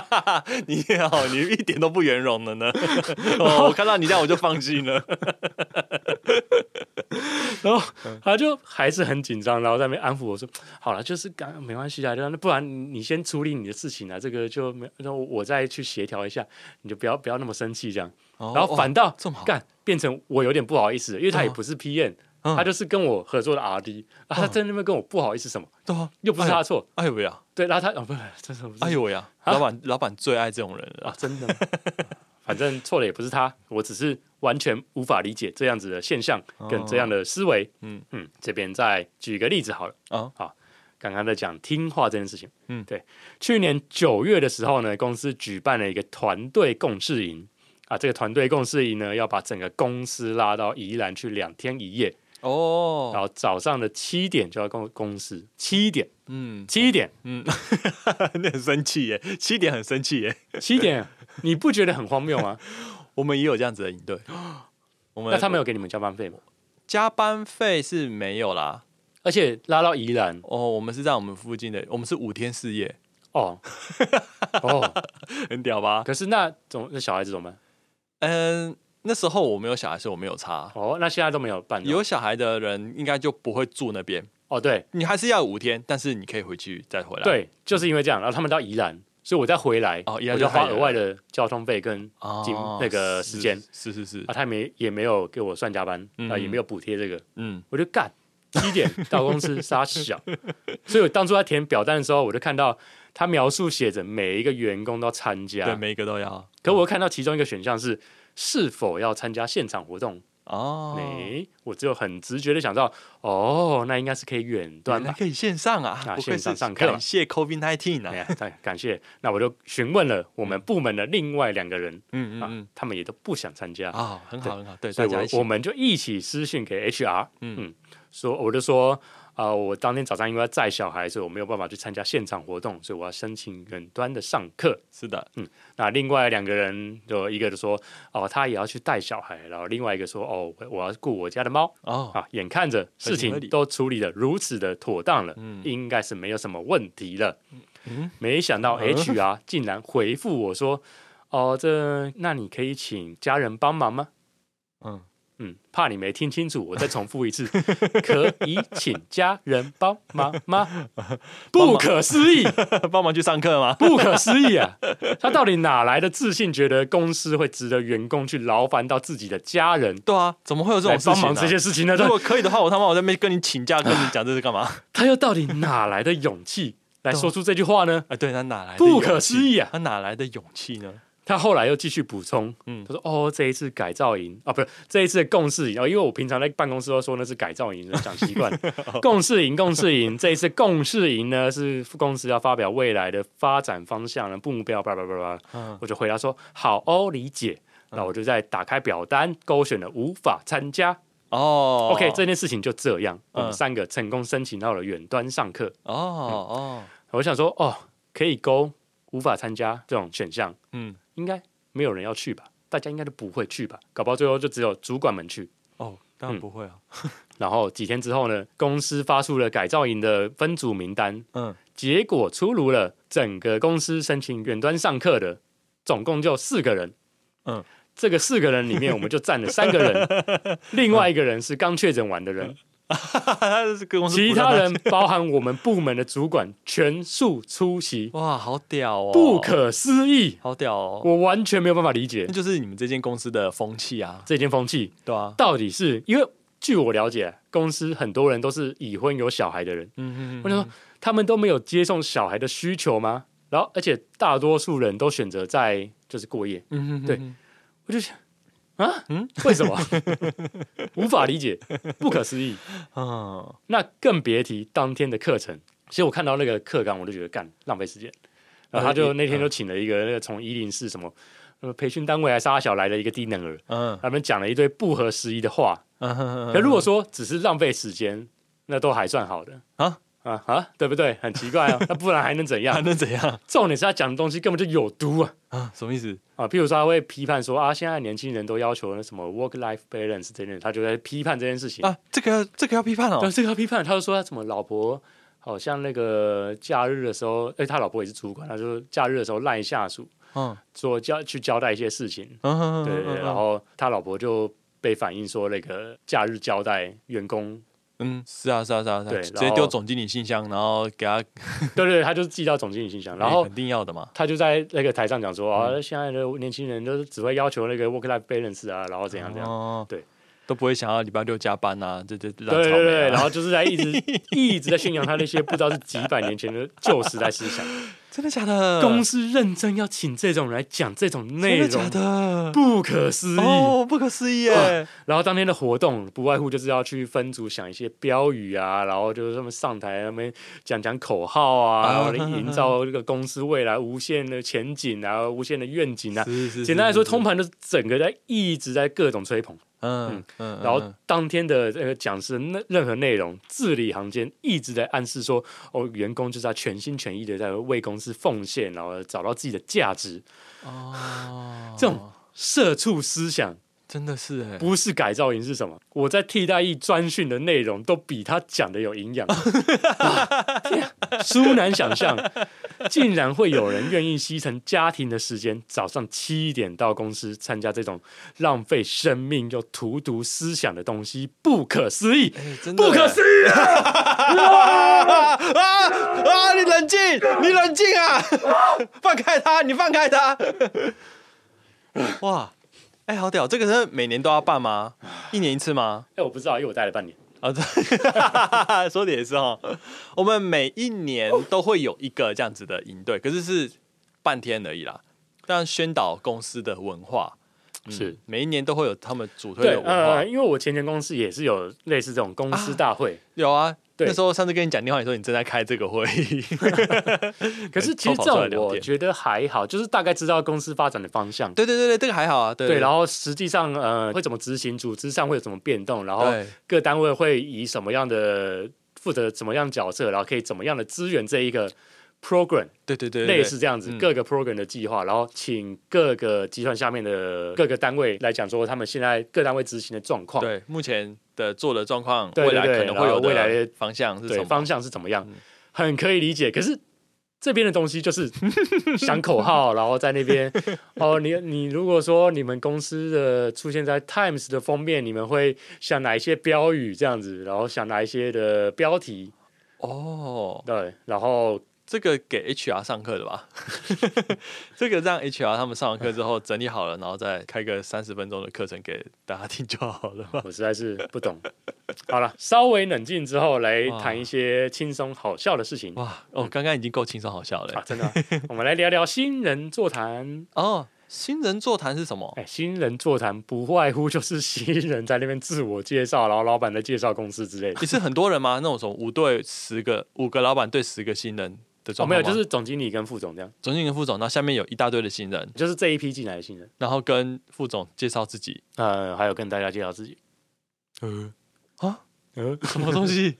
S3: 你也好，你一点都不圆融了 呢。哦，我看到你这样我就放心了。
S2: 然后他就还是很紧张，然后在那边安抚我说：“好了，就是刚没关系啊，那不然你先处理你的事情啊，这个就没，然后我再去协调一下，你就不要不要那么生气这样。”
S3: 哦
S2: 然后反倒
S3: 这么好
S2: 干变成我有点不好意思了，因为他也不是 PM，
S3: 嗯
S2: 他就是跟我合作的 RD，啊他在那边跟我不好意思什么，
S3: 对啊，
S2: 又不是他的错，
S3: 哎呦喂呀，
S2: 对，然后他哦不不，这是不是
S3: 哎呦喂呀，
S2: 啊
S3: 老板老板最爱这种人了
S2: 啊，真的吗， 反正错了也不是他，我只是完全无法理解这样子的现象跟这样的思维。
S3: 哦嗯
S2: 嗯嗯，这边再举一个例子好了。
S3: 啊，
S2: 刚刚在讲听话这件事情，
S3: 嗯
S2: 嗯，对，去年九月的时候呢，公司举办了一个团队共事营，啊，这个团队共事营呢，要把整个公司拉到宜兰去两天一夜，然
S3: 哦，
S2: 后早上的七点就要公公司，七点
S3: 嗯
S2: 七点
S3: 嗯， 你很生气耶，七点很生气耶。
S2: 七点，啊你不觉得很荒谬吗？
S3: 我们也有这样子的营 队， 我们
S2: 那他们有给你们加班费吗？
S3: 加班费是没有啦。
S2: 而且拉到宜兰
S3: 哦，我们是在我们附近的，我们是五天四夜，
S2: 哦哦，
S3: 很屌吧？
S2: 可是那怎么那小孩子怎么办？
S3: 嗯，那时候我没有小孩，所以我没有差。
S2: 哦，那现在都没有办到
S3: 有小孩的人应该就不会住那边，
S2: 哦，对
S3: 你还是要五天，但是你可以回去再回来。，
S2: 对，就是因为这样，然后他们到宜兰，所以我再回来，
S3: 哦宜兰
S2: 我
S3: 就
S2: 就花
S3: 太远
S2: 额
S3: 了
S2: 外的交通费跟金、
S3: 哦，
S2: 那个时间
S3: 是是是
S2: 啊，，他没也没有给我算加班，
S3: 嗯
S2: 啊也没有补贴这个，
S3: 嗯，
S2: 我就干七 点到公司杀小，所以我当初在填表单的时候，我就看到他描述写着每一个员工都要参
S3: 对，
S2: 加，
S3: 每一个都要。
S2: 可我看到其中一个选项是是否要参加现场活动，
S3: 哦，
S2: 没、我只有很直觉的想到，哦，那应该是可以远端
S3: 原
S2: 吧
S3: 来。可以线上啊，
S2: 啊
S3: 不愧
S2: 线上
S3: 是
S2: 上课啊
S3: 感谢 COVID nineteen
S2: 哎
S3: 啊，
S2: 呀，太感谢。那我就询问了我们部门的另外两个人，
S3: 嗯
S2: 啊，他们也都不想参加，
S3: 啊，很好很好，对，
S2: 所
S3: 大
S2: 以
S3: 家一起
S2: 我我们就一起私讯给 HR，
S3: 嗯
S2: 嗯，说我就说啊、我当天早上因为要载小孩，所以我没有办法去参加现场活动，所以我要申请远端的上课。
S3: 是的，
S2: 那另外两个人就一个就说哦，他也要去带小孩，然后另外一个说哦，我我要顾我家的猫
S3: 哦，
S2: 啊。眼看着事
S3: 合
S2: 情
S3: 理
S2: 都处理的如此的妥当了，
S3: 嗯
S2: 应该是没有什么问题了。
S3: 嗯
S2: 没想到
S3: 嗯
S2: HR 竟然回复我说：“哦，这那你可以请家人帮忙吗？”
S3: 嗯，
S2: 嗯，怕你没听清楚，我再重复一次，可以请家人帮忙 吗？不可思议，
S3: 帮忙去 上课吗？
S2: 不可思议啊！他到底哪来的自信，觉得公司会值得员工去劳烦到自己的家人
S3: 对啊，怎么会有这
S2: 来
S3: 种事
S2: 帮
S3: 情
S2: 忙
S3: 呢？
S2: 这些事情啊呢？
S3: 如
S2: 他
S3: 果可以的话，我他妈我在那边跟你请假，跟你讲这是 干嘛？
S2: 他又到底哪来的勇气来说出这句话呢？
S3: 啊，对，他哪来 的
S2: 不可思
S3: 勇气？
S2: 议啊！
S3: 他哪来的勇气呢？
S2: 他后来又继续补充，
S3: 嗯
S2: 他说：“哦，这一次改造营啊，不是这一次的共事营哦，因为我平常在办公室都说那是改造营，讲习 惯共事营，共事营。这一次共事营呢，是公司要发表未来的发展方向呢、目标，叭叭叭叭。
S3: 嗯
S2: 我就回答说：“好哦，理解。”那我就再打开表单，勾选了无法参加。
S3: 哦
S2: OK，这件事情就这样，我们
S3: 嗯
S2: 三个成功申请到了远端上课。
S3: 哦哦，
S2: 我想说，哦，可以勾无法参加这种选项，
S3: 嗯，
S2: 应该没有人要去吧？大家应该都不会去吧？搞不好最后就只有主管们去。
S3: 哦，
S2: 嗯
S3: 当然不会啊，
S2: 然后几天之后呢，公司发出了改造营的分组名单，
S3: 嗯，
S2: 结果出炉了，整个公司申请远端上课的总共就四个人。
S3: 嗯，
S2: 这个四个人里面，我们就占了三个人， 另外一个人是刚确诊完的人，
S3: 他是跟公司
S2: 其
S3: 不让
S2: 他人包含我们部门的主管全数出席，
S3: 哇，好屌哦，
S2: 不，可思议，
S3: 好屌哦，
S2: 我完全没有办法理解
S3: 那就是你们这间公司的风气啊，
S2: 这件风气。
S3: 对啊，
S2: 到底是因为据我了解，公司很多人都是已婚有小孩的人，
S3: 嗯
S2: 我就说他们都没有接送小孩的需求吗？然后，而且大多数人都选择在就是过 夜，
S3: 嗯
S2: 对我就想啊，嗯，为什么？无法理解，不可思议。
S3: 嗯，
S2: 那更别提当天的课程。其实我看到那个课纲，我就觉得干浪费时间。然后他就
S3: 嗯
S2: 那天就请了一个那个从一零四什么呃培训单位还是阿小来的一个低能儿，
S3: 嗯
S2: 他们讲了一堆不合时宜的话，
S3: 嗯，
S2: 可如果说只是浪费时间，那都还算好的
S3: 啊
S2: 啊啊，对不对？很奇怪 啊，那不然还能怎
S3: 还
S2: 样？
S3: 能怎样
S2: 重点是他讲的东西根本就有毒啊
S3: 啊？什么意思？
S2: 啊！譬如说他会批判说啊，现在年轻人都要求那什么 work life balance 这类的，他就在批判这件事情。
S3: 啊，这个要这个要批判
S2: 对
S3: 哦，
S2: 这个他批判，他就说他怎么老婆好像那个假日的时候，哎，他老婆也是主管，他说假日的时候赖下属，
S3: 嗯
S2: 说交去交代一些事情，
S3: 嗯，
S2: 对对对，然后他老婆就被反映说那个假日交代员工
S3: 嗯，是啊是啊是啊，
S2: 对
S3: 直
S2: 然
S3: 接
S2: 后
S3: 丢总经理信箱，然后给他，
S2: 对对，对他就寄到总经理信箱，然
S3: 哎
S2: 后
S3: 肯定要的嘛，
S2: 他就在那个台上讲说
S4: 嗯
S2: 啊，现在的年轻人都是只会要求那个 work life balance 啊，然后怎样怎样，
S3: 哦
S2: 对，
S3: 都不会想要礼拜六加班啊，这这对
S2: 对对对，然后就是在一直一直在宣扬他那些不知道是几百年前的旧时代思想，
S4: 真的假的？
S2: 公司认真要请这种人来讲这种内
S4: 嗯真
S2: 容
S4: 的假，的？
S2: 不可思议。
S4: 哦，不可思议耶！
S2: 然后当天的活动不外乎就是要去分组想一些标语啊，然后就是他们上台他们讲讲口号啊，
S4: 啊
S2: 然后来营造这个公司未来无限的前景啊、无限的愿景啊。
S4: 是是
S2: 简单来说，
S4: 是
S2: 通盘就是整个在一直在各种吹捧，
S4: 嗯嗯，
S2: 然后
S4: 嗯
S2: 当天的这个讲师那任何内容字里行间一直在暗示说，哦，员工就是要全心全意的在为公司奉献，然后找到自己的价值。
S4: 哦，
S2: 这种社畜思想
S4: 真的是哎，
S2: 不是改造营是什么？我在替代役专训的内容都比他讲的有营养，哇天啊殊难想象，竟然会有人愿意牺牲家庭的时间，早上七点到公司参加这种浪费生命又荼毒思想的东西，不可思议，
S4: 哎真的
S2: 不可思议！
S4: 啊啊啊！你冷静，你冷静 啊！放开他，你放开他！
S3: 哇，哎、好屌！这个是每年都要办吗？一年一次吗？
S2: 哎，我不知道，因为我待了半年。
S3: 啊，对， 说的也是哦。我们每一年都会有一个这样子的营队，可是是半天而已啦。但宣导公司的文化、嗯
S2: 是
S3: 每一年都会有他们主推
S2: 对
S3: 的，文化。
S2: 呃，因为我前前公司也是有类似这种公司大会，
S3: 有啊，
S2: 对
S3: 那时候上次跟你讲电话，你说你正在开这个会议，
S2: 可是其实
S3: 偷跑出来
S2: 这种
S3: 聊
S2: 我
S3: 天
S2: 觉得还好，就是大概知道公司发展的方向。
S3: 对对对对，这个还好啊，对
S2: 对，然
S3: 后
S2: 后实际上呃会怎么执行，组织上会有什么变动，然后
S3: 对
S2: 各单位会以什么样的负责怎么样角色，然后可以怎么样的支援这一个 program，
S3: 对对对，对
S2: 类似这样子
S3: 嗯
S2: 各个 program 的计划，然后请各个集团下面的各个单位来讲说他们现在各单位执行的状况，
S3: 对目前的做的状况，
S2: 对对
S3: 未来
S2: 对
S3: 可能会
S2: 然
S3: 有
S2: 后未来
S3: 的
S2: 的
S3: 方向是什
S2: 对
S3: 么？
S2: 方向是怎么样
S3: 嗯，
S2: 很可以理解。可是这边的东西就是想口 号，然后在那边哦，你你如果说你们公司的出现在 Times 的封面，你们会想哪一些标语这样子，然后想哪一些的标题，
S3: 哦，
S2: 对，然后
S3: 这个给 HR 上课的吧？ 这个让 HR 他们上完课之后整理好了，然后再开个三十分钟的课程给大家听就好了嘛。
S2: 我实在是不懂。好了，稍微冷静之后来
S3: 哇
S2: 谈一些轻松好笑的事情。
S3: 哇，哦，刚刚已经够轻松好笑
S2: 嗯啊
S3: 了，。
S2: 真的啊、我们来聊聊新人座谈。
S3: 哦，新人座谈是什么？
S2: 哎，新人座谈不外乎就是新人在那边自我介绍，然后老板在介绍公司之类的。
S3: 也是很多人吗？那种什么五对十个，五个老板对十个新人的
S2: 哦，
S3: 状
S2: 没
S3: 况
S2: 有，
S3: 吗、
S2: 就是总经理跟副总这样，
S3: 总经理跟副总，然后下面有一大堆的新人，
S2: 就是这一批进来的新人，
S3: 然后跟副总介绍自己，
S2: 呃，还有跟大家介绍自己。
S3: 呃，
S2: 嗯，
S3: 什么东西？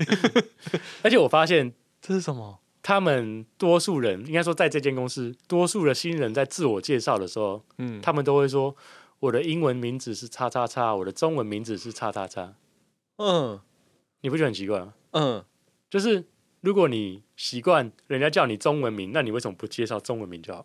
S2: 而且我发现
S3: 这是什么？
S2: 他们多数人，应该说在这间公司，多数的新人在自我介绍的时候，
S3: 嗯，
S2: 他们都会说我的英文名字是叉叉叉，我的中文名字是叉叉叉。
S3: 嗯
S2: 你不觉得很奇怪吗？
S3: 嗯，
S2: 就是如果你习惯人家叫你中文名，那你为什么不介绍中文名就好？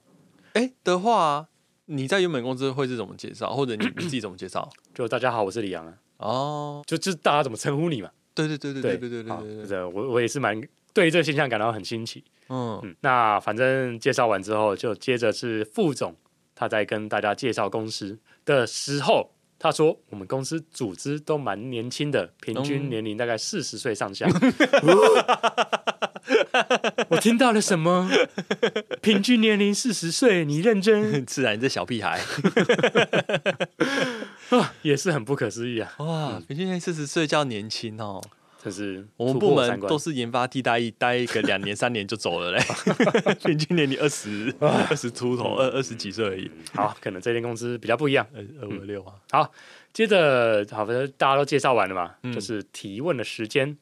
S3: 哎、的话、你在原本公司会是怎么介绍，或者你你自己怎么介绍？
S2: 就大家好，我是李阳啊，
S3: 哦，
S2: 就就是大家怎么称呼你嘛。
S3: 对对对对对对对
S2: 好
S3: 对对对，
S2: 这我我也是蛮对这个现象感到很新奇。
S3: 嗯
S2: 嗯，那反正介绍完之后，就接着是副总他在跟大家介绍公司的时候，他说我们公司组织都蛮年轻的，平均
S3: 嗯
S2: 年龄大概四十岁上下。哦我听到了什么？平均年龄四十岁，你认真
S3: 自然你这小屁孩
S2: 也是很不可思议啊！
S3: 哇，平均年四十岁叫年轻哦。
S2: 真是
S3: 我们
S2: 突
S3: 部
S2: 破三
S3: 门
S2: 观
S3: 都是研发替代役，待个两年三年就走了 嘞，平均年龄二十二十出头，二二十几岁而已，
S2: 好，可能这间公司比较不一样。
S3: 二二五六啊，
S2: 好，接着好，反正大家都介绍完了嘛，
S3: 嗯
S2: 就是提问的时间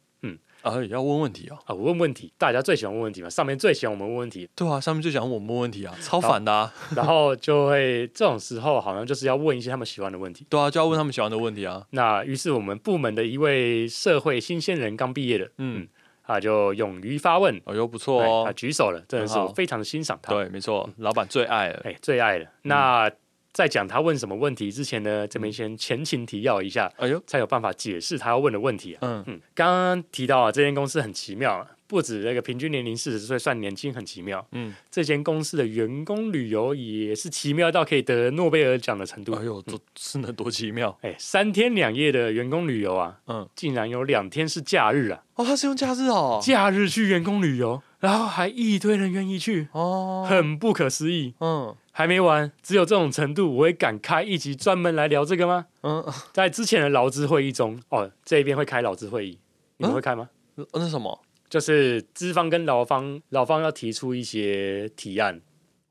S3: 啊，也要问问题哦。
S2: 啊、我问问题，大家最喜欢问问题嘛，上面最喜欢我们问问题，
S3: 对啊，上面就讲我们问问题啊，超烦的啊，
S2: 然后就会这种时候好像就是要问一些他们喜欢的问题。
S3: 对啊，就要问他们喜欢的问题啊。
S2: 那于是我们部门的一位社会新鲜人刚毕业的，
S3: 嗯，
S2: 他就勇于发问，
S3: 哦哟，不错
S2: 对，他
S3: 哦，
S2: 举手了，真的是
S3: 很好
S2: 我非常的欣赏他，
S3: 对，嗯没错，
S2: 嗯
S3: 老板最爱了。
S2: 哎，最爱了。那在讲他问什么问题之前呢，这边先前情提要一下，
S3: 哎呦，
S2: 才有办法解释他要问的问题啊。
S3: 嗯，
S2: 嗯，刚刚提到啊，这间公司很奇妙啊，不止那个平均年龄四十岁算年轻很奇妙，
S3: 嗯，
S2: 这间公司的员工旅游也是奇妙到可以得诺贝尔奖的程度。
S3: 哎呦，这真的多奇妙
S2: 哎，三天两夜的员工旅游啊，
S3: 嗯
S2: 嗯，竟然有两天是假日啊，
S3: 哦！他是用假日哦，
S2: 假日去员工旅游，然后还一堆人愿意去，
S3: 哦，
S2: 很不可思议。
S3: 嗯
S2: 还没完，只有这种程度，我也敢开一集专门来聊这个吗？
S3: 嗯，呃
S2: 在之前的劳资会议中，哦，这一边会开劳资会议，你们
S3: 嗯
S2: 会开吗？
S3: 那什么，
S2: 就是资方跟劳方，劳方要提出一些提案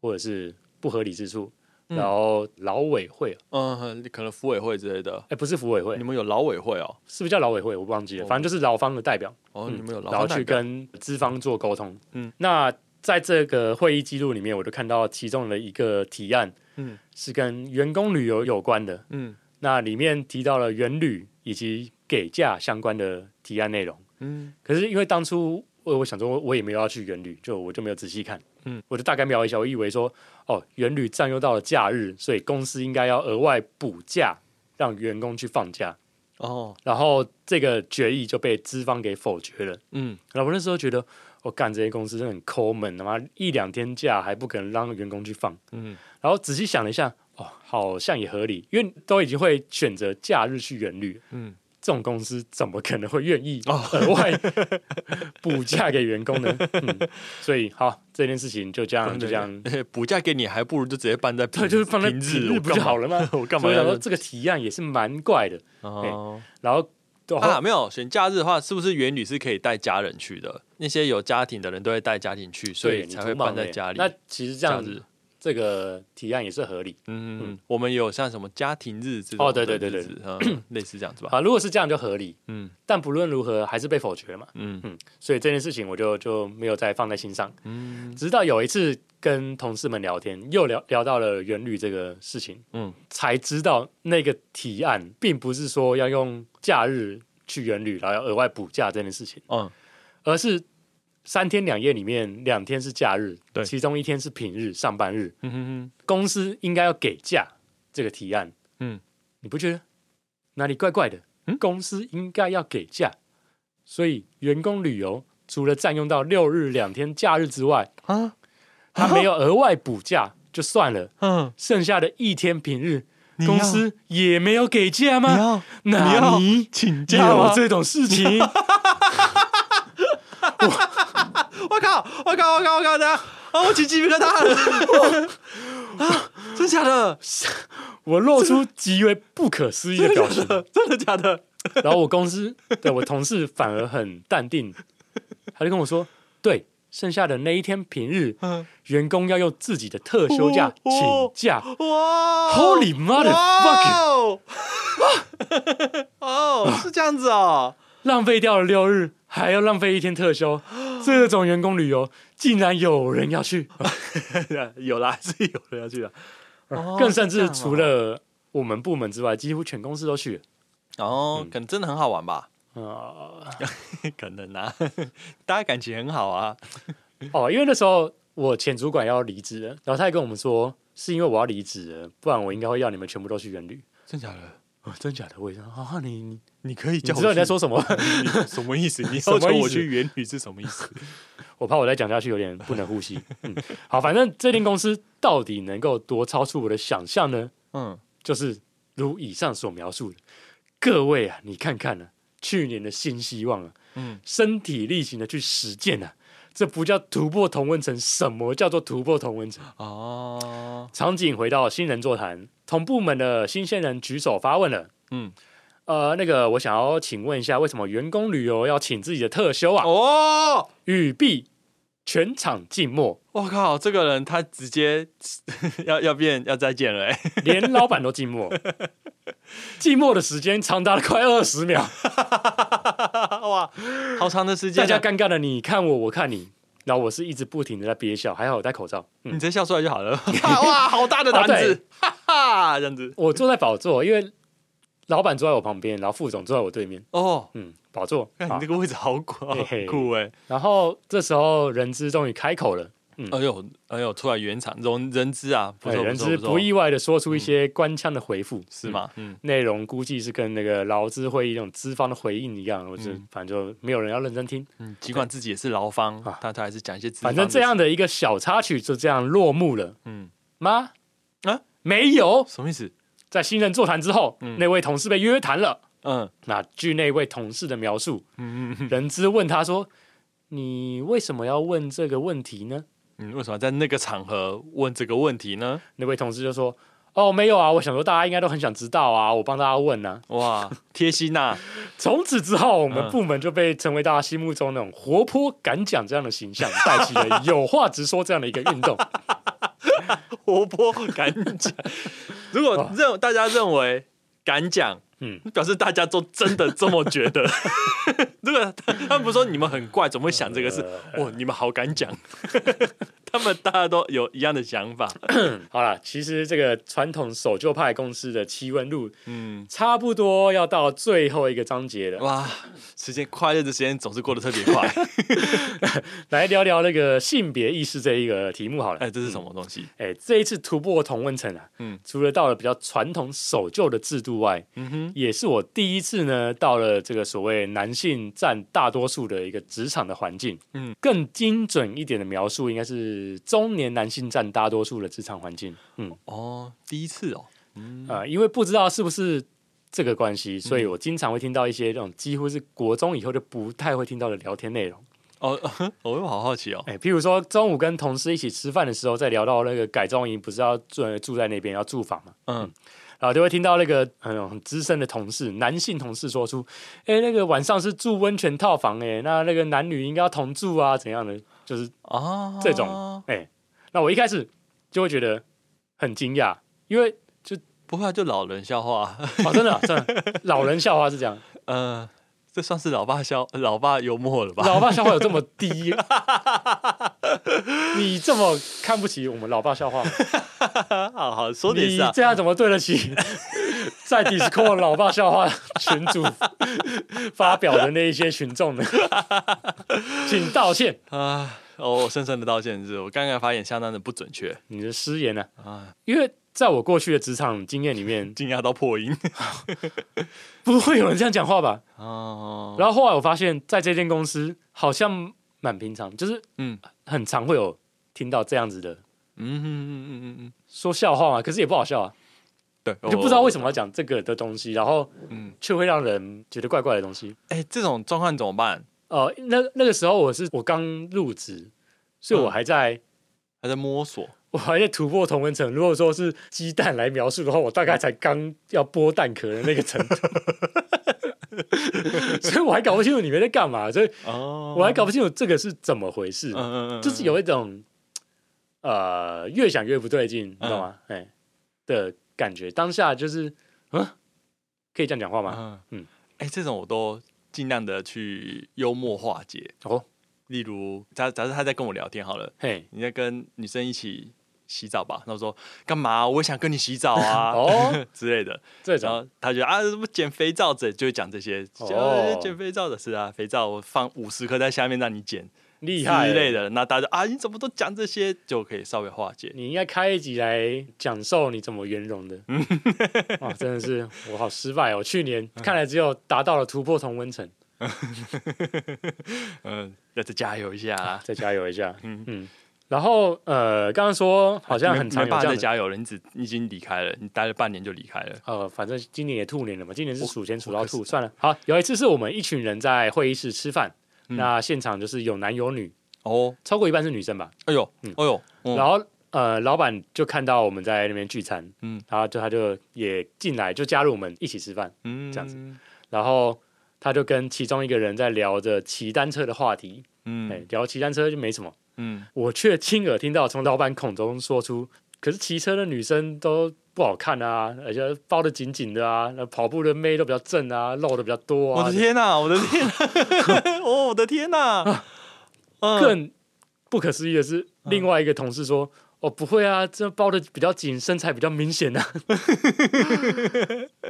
S2: 或者是不合理之处，
S3: 嗯
S2: 然后劳委会，啊
S3: 嗯，可能服委会之类的
S2: 哎、，不是服委会
S3: 你，们有劳委会哦，
S2: 是不是叫劳委会？我忘记了，
S3: 哦
S2: 反正就是劳方的代表，
S3: 哦，
S2: 嗯
S3: 你们有劳
S2: 然后
S3: 方代
S2: 去
S3: 表
S2: 跟资方做沟通。
S3: 嗯
S2: 嗯，那在这个会议记录里面，我就看到其中的一个提案，
S3: 嗯
S2: 嗯，是跟员工旅游有关的。
S3: 嗯
S2: 那里面提到了原旅以及给价相关的提案内容。
S3: 嗯
S2: 可是因为当初呃我我想说，我也没有要去原旅，就我就没有仔细看，
S3: 嗯
S2: 嗯，我就大概瞄一下，我以为说，哦，原旅占用到了假日，所以公司应该要额外补假，让员工去放假。
S3: 哦
S2: 然后这个决议就被资方给否决了。
S3: 嗯
S2: 然后我那时候觉得，我、干这些公司真的很抠门，他妈一两天假还不可能让员工去放。
S3: 嗯
S2: 然后仔细想了一下，哦，好像也合理，因为都已经会选择假日去远旅，
S3: 嗯
S2: 嗯，这种公司怎么可能会愿意额外补假给员工呢？嗯，所以好，这件事情就这样就这样，
S3: 而且 补假给你，还不如就直接办在
S2: 对，就是放在
S3: 平日
S2: 平日不就好了吗？
S3: 我干嘛
S2: 所以
S3: 要
S2: 想说这个提案也是蛮怪的，
S3: 哦
S2: 然后对
S3: 啊，没有选假日的话，是不是原旅是可以带家人去的？那些有家庭的人都会带家庭去，所以
S2: 对你
S3: 才会
S2: 同
S3: 办
S2: 房
S3: 在
S2: 欸
S3: 家里。
S2: 那其实这样
S3: 假日
S2: 子，这个提案也是合理。
S3: 嗯，我们也有像什么家庭日这种
S2: 哦对对对
S3: 的日子， 嗯类似这样子吧。
S2: 啊，如果是这样就合理，
S3: 嗯
S2: 但不论如何还是被否决了嘛。
S3: 嗯
S2: 嗯，所以这件事情我就就没有再放在心上。
S3: 嗯
S2: 直到有一次跟同事们聊天，又聊聊到了元旅这个事情，
S3: 嗯
S2: 才知道那个提案并不是说要用假日去元旅，然后要额外补假这件事情，
S3: 嗯
S2: 而是三天两夜里面两天是假日，
S3: 对
S2: 其中一天是平日上班日，
S3: 嗯嗯
S2: 公司应该要给假这个提案，
S3: 嗯
S2: 嗯，你不觉得哪里怪怪的？公司应该要给假，所以员工旅游除了占用到六日两天假日之外，
S3: 啊
S2: 他没有额外补假就算了，
S3: 嗯，
S2: 剩下的一天平日，
S3: 你要
S2: 公司也没有给假
S3: 你
S2: 吗？
S3: 要啊你
S2: 那
S3: 要
S2: 你
S3: 请假
S2: 有
S3: 吗？
S2: 这种事情？
S3: 我靠！我靠！我靠！我靠！等下啊，我起鸡皮疙瘩 了！啊，真假的？
S2: 我露出极为不可思议的表情，
S3: 真的假的？
S2: 然后我公司对我同事反而很淡定，他就跟我说：“对，剩下的那一天平日，
S3: 嗯
S2: 员工要用自己的特休假、
S3: 哦哦
S2: 请假。
S3: 哇
S2: Holy mother fuck！
S3: 哦！哦， 是这样子哦。
S2: 浪费掉了六日，还要浪费一天特 休，这种员工旅游竟然有人要去，
S3: 有啦，是有人要去的。哦
S2: 更甚至除了我们部门之外，几乎全公司都去了。
S3: 哦，可能真的很好玩吧？
S2: 呃
S3: 可能啊， 大家感情很好啊。
S2: 哦，因为那时候我前主管要离职了，然后他也跟我们说，是因为我要离职了，不然我应该会要你们全部都去原旅。
S3: 真假的？
S2: 哦，真假的？我也想啊，你你
S3: 你可以
S2: 你
S3: 叫我
S2: 知道你在
S3: 去
S2: 说什么？
S3: 你什么意思？你
S2: 什么
S3: 要求
S2: 意
S3: 我
S2: 思
S3: 去元旅是什么意 思？
S2: 我怕我再讲下去有点不能呼吸。嗯，好，反正这间公司到底能够多超出我的想象呢？
S3: 嗯，
S2: 就是如以上所描述的，各位啊，你看看啊，去年的新希望啊，
S3: 嗯
S2: 嗯，身体力行的去实践啊，这不叫突破同温层，什么叫做突破同温层？
S3: 哦，
S2: 场景回到新人座谈，同部门的新鲜人举手发问了。
S3: 嗯
S2: 嗯，呃，那个我想要请问一下，为什么员工旅游要请自己的特休啊？
S3: 哦，
S2: 语毕，全场静默。
S3: 我靠，这个人他直接 要要变要再见了、欸，
S2: 连老板都静默，静默的时间长达了快二十秒，
S3: 哇，好长 的时间
S2: 大
S3: 啊，
S2: 家尴尬的你看我，我看你，然后我是一直不停的在憋笑，还好我戴口罩。嗯，
S3: 你直接笑出来就好了， 哇，好大的胆
S2: 啊
S3: 子，哈哈，这样子，
S2: 我坐在宝座，因为老板坐在我旁边，然后副总坐在我对面。
S3: 哦，
S2: 嗯，宝座。
S3: 看
S2: 好
S3: 你这个位置好酷，好
S2: 嘿嘿
S3: 酷哎、
S2: 然后这时候人资终于开口了，
S3: 哎呦，哎呦，出来圆场，人人资啊，不
S2: 哎
S3: 错，
S2: 人
S3: 错
S2: 资
S3: 错嗯
S2: 不意外的说出一些官腔的回复，
S3: 是吗？嗯，
S2: 内容估计是跟那个劳资会议那种资方的回应一样，我就
S3: 嗯
S2: 反正就没有人要认真听。
S3: 嗯尽管自己也是劳方
S2: 啊，
S3: 但他还是讲一些资方
S2: 反
S3: 的
S2: 正这样的一个小插曲就这样落幕了
S3: 事，嗯，
S2: 吗？
S3: 啊，
S2: 没有，
S3: 什么意思？
S2: 在新人座谈之后，
S3: 嗯
S2: 那位同事被约谈了。
S3: 嗯
S2: 那据那位同事的描述，
S3: 嗯嗯嗯，
S2: 人资问他说：“你为什么要问这个问题呢？
S3: 嗯，为什么在那个场合问这个问题呢？
S2: 那位同事就说：“哦，没有啊，我想说大家应该都很想知道啊，我帮大家问啊。
S3: 哇，贴心啊呐、”
S2: 从此之后，我们
S3: 嗯
S2: 部门就被成为大家心目中那种活泼、敢讲这样的形象，带起了有话直说这样的一个运 动。
S3: 活泼敢讲。 如果认大家认为敢讲，嗯
S2: 嗯，
S3: 表示大家都真的这么觉 得。如果他他们不说你们很怪，怎么会想这个事？哇，你们好敢讲， 他们大家都有一样的想法。
S2: 好了，其实这个传统守旧派公司的奇闻录，
S3: 嗯，
S2: 差不多要到最后一个章节了，
S3: 哇，时间快乐的时间总是过得特别 快。
S2: 来聊聊那个性别意识这一个题目好了。
S3: 哎，这是什么东西？
S2: 哎、这一次突破同温层啊，
S3: 嗯
S2: 嗯，除了到了比较传统守旧的制度外，
S3: 嗯哼，
S2: 也是我第一次呢到了这个所谓男性占大多数的一个职场的环境。
S3: 嗯
S2: 嗯，更精准一点的描述应该是中年男性占大多数的职场环境。嗯，
S3: 哦，第一次哦，
S2: 呃，因为不知道是不是这个关系，所以我经常会听到一些这种几乎是国中以后就不太会听到的聊天内容。
S3: 哦，我又好好奇哦。
S2: 哎，譬如说中午跟同事一起吃饭的时候，在聊到那个改装营，不是要住住在那边要住房嘛？
S3: 嗯，
S2: 然后就会听到那个嗯很资深的同事，男性同事说出：“哎，那个晚上是住温泉套房，哎，那那个男女应该要同住啊，怎样的？”就是
S3: 啊，
S2: 这种哎，那我一开始就会觉得很惊讶，因为
S3: 不会啊，就老人笑话。
S2: 哦，真的真的，老人笑话是这样，
S3: 呃，这算是老爸笑，老爸幽默了吧？
S2: 老爸笑话有这么低？你这么看不起我们老爸笑话吗？
S3: 好好说点
S2: 你
S3: 啥？
S2: 这样怎么对得 起在 Discord 老爸笑话群主发表的那一些群众 呢？请道歉，
S3: 啊，哦，我深深的道歉，是我刚刚发言相当的不准确，
S2: 你的失言呢、
S3: 啊
S2: 啊？因为在我过去的职场经验里 面，
S3: 惊讶到破音。
S2: 不会有人这样讲话吧？
S3: 哦，
S2: 然后后来我发现，在这间公司好像蛮平常，就是
S3: 嗯
S2: 很常会有听到这样子的
S3: 嗯嗯嗯嗯嗯，
S2: 说笑话嘛，可是也不好笑啊，
S3: 对，
S2: 我就不知道为
S3: 么。
S2: 什么要讲这个的东西，然后
S3: 嗯
S2: 却会让人觉得怪怪的东西。
S3: 哎，这种状况怎么办？
S2: 哦，那那个时候我是我刚入职，所
S3: 嗯
S2: 以我还在、
S3: 还在摸索。
S2: 我还在突破同温层。如果说是鸡蛋来描述的话，我大概才刚要剥蛋壳的那个程度， 所以我还搞不清楚你们在干嘛，所以
S3: 哦
S2: 我还搞不清楚这个是怎么回事，
S3: 嗯嗯嗯，
S2: 就是有一种呃越想越不对劲，你懂吗？哎、
S3: 嗯
S2: 的感觉，当下就是嗯，可以这样讲话吗？
S3: 嗯嗯
S2: 嗯，
S3: 哎，这种我都尽量的去幽默化解。
S2: 哦，
S3: 例如，假假设他在跟我聊天好了，
S2: 嘿，
S3: 你在跟女生一起洗澡吧，然后说干嘛？我也想跟你洗澡 啊，
S2: 哦
S3: 之类的。
S2: 这
S3: 然
S2: 种
S3: 后他觉得啊，什么捡肥皂子，就会讲这些。
S2: 哦
S3: 哦，捡肥皂的是啊，肥皂我放五十颗在下面让你捡
S2: 厉害欸
S3: 之类的。那大家就啊，你怎么都讲这些，就可以稍微化解。
S2: 你应该开一集来讲授你怎么圆 融的。哇，真的是我好失败哦！去年看来只有达到了突破同温层，
S3: 嗯，那再加油一下啊！
S2: 再加油一下。
S3: 嗯
S2: 嗯然后呃，刚刚说好像很
S3: 没
S2: 常
S3: 没
S2: 有
S3: 办
S2: 这
S3: 法再
S2: 样的。
S3: 加油了，你只你已经离开了，你待了半年就离开了。
S2: 呃，反正今年也兔年了嘛，今年是数钱数
S3: 我
S2: 到
S3: 可是
S2: 吐，算了。好，有一次是我们一群人在会议室吃饭，
S3: 嗯
S2: 那现场就是有男有女，
S3: 哦，
S2: 超过一半是女生吧。
S3: 哎呦，
S2: 嗯
S3: 哎呦，嗯
S2: 然后呃，老板就看到我们在那边聚餐，
S3: 嗯
S2: 嗯，然后就他就也进来，就加入我们一起吃饭。
S3: 嗯
S2: 这样子，然后他就跟其中一个人在聊着骑单车的话题，哎、
S3: 嗯
S2: 聊骑单车就没什么，
S3: 嗯，
S2: 我却亲耳听到从老板口中说出，可是骑车的女生都不好看啊，而且包的紧紧的啊，那跑步的妹都比较正啊，露的比较多啊，
S3: 我的天呐，我的 天呐，哦，我的天呐，嗯，
S2: 更不可思议的是，另外一个同事说。哦，不会啊，这包的比较紧，身材比较明显 啊。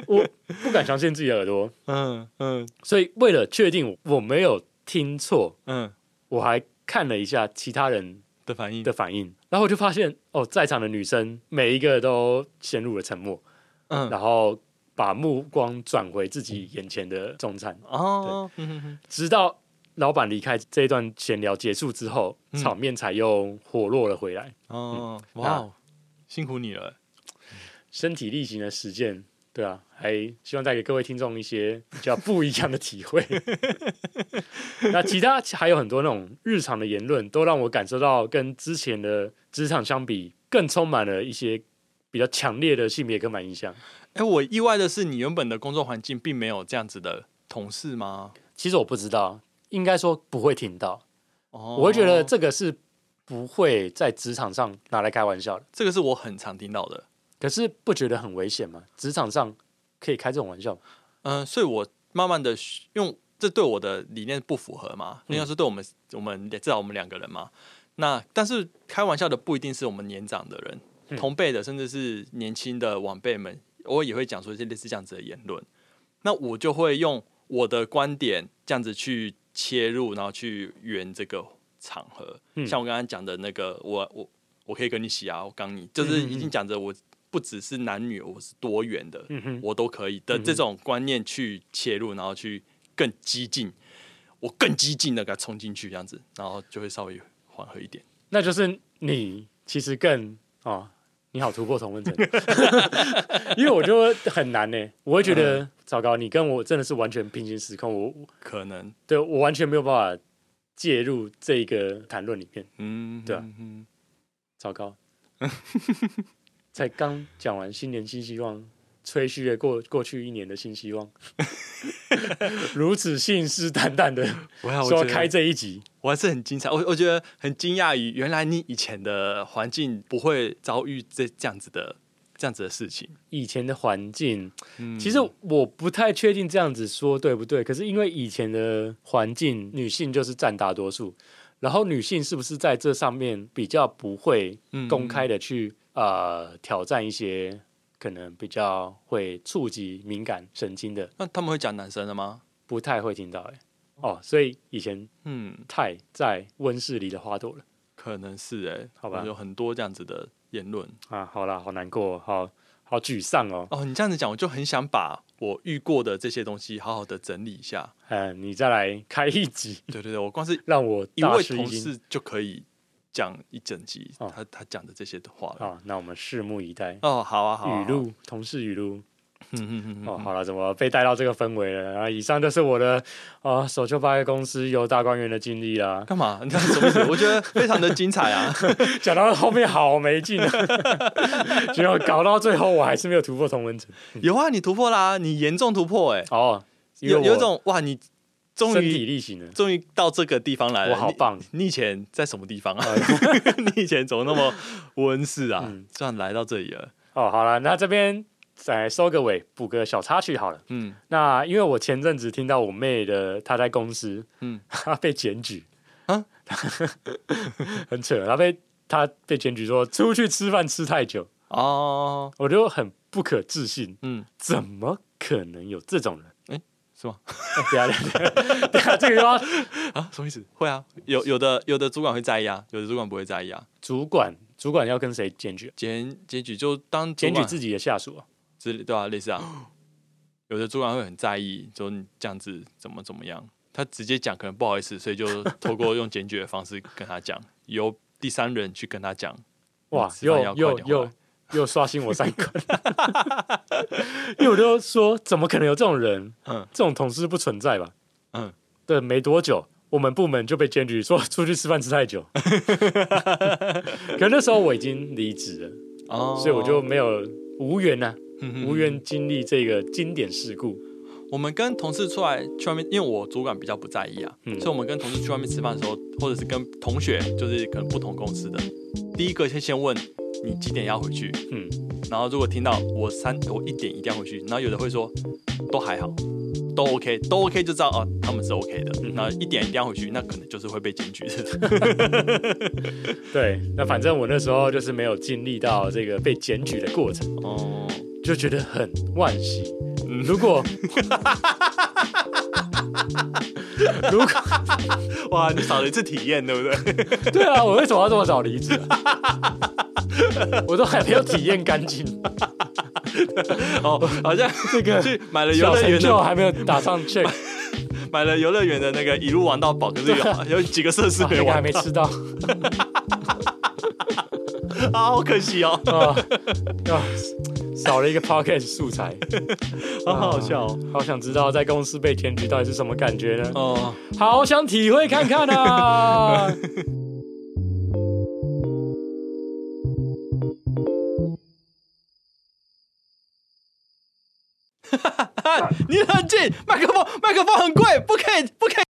S2: 我不敢相信自己的耳朵，
S3: 嗯嗯
S2: 所以为了确定我没有听错，
S3: 嗯
S2: 我还看了一下其他人
S3: 的反应
S2: 的，反应，然后我就发现哦，在场的女生每一个都陷入了沉默，
S3: 嗯
S2: 然后把目光转回自己眼前的中餐，
S3: 哦，嗯嗯嗯
S2: 直到老板离开这一段闲聊结束之后，
S3: 嗯
S2: 场面才又活络了回来。
S3: 哦哦，哇，辛苦你了。
S2: 身体力行的实践对啊，还希望带给各位听众一些比较 不一样的体会。 那其他还有很多那种日常的言论，都让我感受到跟之前的职场相比，更充满了一些比较强烈的性别刻板印象。
S3: 哎、我意外的是，你原本的工作环境并没有这样子的同事吗？
S2: 其实我不知道，应该说不会听到，
S3: 哦
S2: 我会觉得这个是不会在职场上拿来开玩笑的。
S3: 这个是我很常听到的。
S2: 可是不觉得很危险吗？职场上可以开这种玩笑吗？
S3: 嗯，所以我慢慢的用这对我的理念不符合嘛，
S2: 嗯
S3: 应该是对我们我们至少我们两个人嘛。那但是开玩笑的不一定是我们年长的人，
S2: 嗯
S3: 同辈的甚至是年轻的晚辈们，我也会讲出一些类似这样子的言论。那我就会用我的观点这样子去切入，然后去圆这个场合。
S2: 嗯
S3: 像我刚刚讲的那个，我我我可以跟你洗啊，我刚你，
S2: 嗯
S3: 就是已经讲着我不只是男女，我是多元的，
S2: 嗯哼，
S3: 我都可以的这种观念去切入，然后去更激进，我更激进的给它冲进去，这样子，然后就会稍微缓和一点。
S2: 那就是你其实更哦，你好突破同温层， 因为我就会很难呢、我会觉得、糟糕，你跟我真的是完全平行时空，我我
S3: 可能，
S2: 对我完全没有办法介入这个谈论里面，
S3: 嗯，
S2: 对啊
S3: 嗯，嗯
S2: 糟糕，才刚讲完新年新希望，吹嘘了过过去一年的新希望，如此信誓旦旦的
S3: 我要
S2: 说要开，这一集，
S3: 嗯我还是很惊讶，我我觉得很惊讶于原来你以前的环境不会遭遇这这样子的这样子的事情。
S2: 以前的环境。
S3: 嗯
S2: 其实我不太确定这样子说对不对，可是因为以前的环境，女性就是占大多数，然后女性是不是在这上面比较不会
S3: 嗯
S2: 公开的去、呃挑战一些可能比较会触及敏感神经的，
S3: 那他们会讲男生的吗？
S2: 不太会听到哎、哦，所以以前
S3: 嗯，
S2: 太在温室里的花朵了
S3: 可能是哎、
S2: 好吧
S3: 有很多这样子的言论。
S2: 啊，好啦，好难过，好好沮丧哦，
S3: 哦，你这样子讲，我就很想把我遇过的这些东西好好的整理一下。
S2: 呃，你再来开一集，
S3: 对对对，我光是
S2: 让我
S3: 一
S2: 大
S3: 位
S2: 吃一
S3: 同
S2: 惊。
S3: 事就可以讲一整集，
S2: 哦
S3: 他他讲的这些的话了。
S2: 啊、那我们拭目以待。
S3: 哦，好啊，好啊
S2: 语，录，同事语录。
S3: 好啊嗯嗯嗯嗯，
S2: 哦，好了，怎么被带到这个氛围了？然后以上就是我的啊，首秀八个公司游大观园的经历 啦。
S3: 干嘛？你看什么意思？我觉得非常的精 彩啊！
S2: 讲到后面好没 劲啊，结果搞到最后我还是没有突破同文层。
S3: 有啊，你突破啦，你严重突破哎、
S2: 哦，因为
S3: 有有
S2: 我
S3: 一种哇，你终
S2: 身体
S3: 于
S2: 力行了。
S3: 终于到这个地方来了，
S2: 我好
S3: 你
S2: 棒！哎
S3: 你以前在什么地方啊？ 你以前怎么那么温室啊
S2: 嗯？
S3: 这样来到这里了，
S2: 哦，好了，那这边再收个尾，补个小插曲好了。
S3: 嗯，
S2: 那因为我前阵子听到我妹的，她在公司，嗯
S3: 嗯，
S2: 她被检举啊
S3: 啊，
S2: 很扯，她被她被检举说出去吃饭吃太久，
S3: 哦，
S2: 我就很不可置信，
S3: 嗯，
S2: 怎么可能有这种人？
S3: 是吗？
S2: 哎 等一下，等一下等一下，这个又要
S3: 啊，什么意思？会啊，有有的有的主管会在意啊，有的主管不会在意啊。
S2: 主管，主管要跟谁检举？
S3: 检检举就当主
S2: 检
S3: 管
S2: 举自己的下属啊？
S3: 之类对啊，类似啊。 有的主管会很在意，说你这样子怎么怎么样，他直接讲可能不好意思，所 以就透过用检举的方式跟他讲，由第三人去跟他讲。
S2: 哇
S3: 嗯，吃饭
S2: 又
S3: 要
S2: 又
S3: 快点回
S2: 又
S3: 来
S2: 又刷新我三观， 因为我就说，怎么可能有这种人？
S3: 嗯
S2: 这种同事不存在吧？
S3: 嗯，
S2: 对，没多久，我们部门就被检举说 出去吃饭吃太久。 可那时候我已经离职了，
S3: 哦
S2: 嗯所以我就没有无缘呐、啊
S3: 嗯
S2: 无缘经历这个经典事故。
S3: 我们跟同事出来去外面，因为我主管比较不在意啊，
S2: 嗯
S3: 所以我们跟同事去外面吃饭的时候，或者是跟同学，就是可能不同公司的，第一个先先问你几点要回去，
S2: 嗯，
S3: 然后如果听到我三我一点一定要回去，然后有的会说都还好，都 OK，都 OK 就知道哦，他们是 OK
S2: 嗯
S3: 的，然后一点一定要回去，那可能就是会被检举 的。
S2: 对，那反正我那时候就是没有经历到这个被检举的过程，
S3: 哦，
S2: 就觉得很惋惜。
S3: 嗯
S2: 如果
S3: 哇，你少了一次体验，对 不对？
S2: 对啊，我为什么要这么早离职啊、 我都还没有体验干净，
S3: 哦，好像
S2: 这个
S3: 去买了游
S2: 小
S3: 乐
S2: 成
S3: 园
S2: 就啊
S3: 的，
S2: 还没有打上 check，
S3: 买了游乐园的那个一路玩到饱，可是有 有几个设施
S2: 啊
S3: 没
S2: 那个还
S3: 玩
S2: 没吃到
S3: 啊，好可惜哦。
S2: 啊啊！少了一个 podcast 素材，啊
S5: 好好笑哦。
S2: 好想知道在公司被检举到底是什么感觉呢？
S5: 哦
S2: 好想体会看看啊！
S3: 你冷静，麦克风，麦克风很贵，不可以，不可以。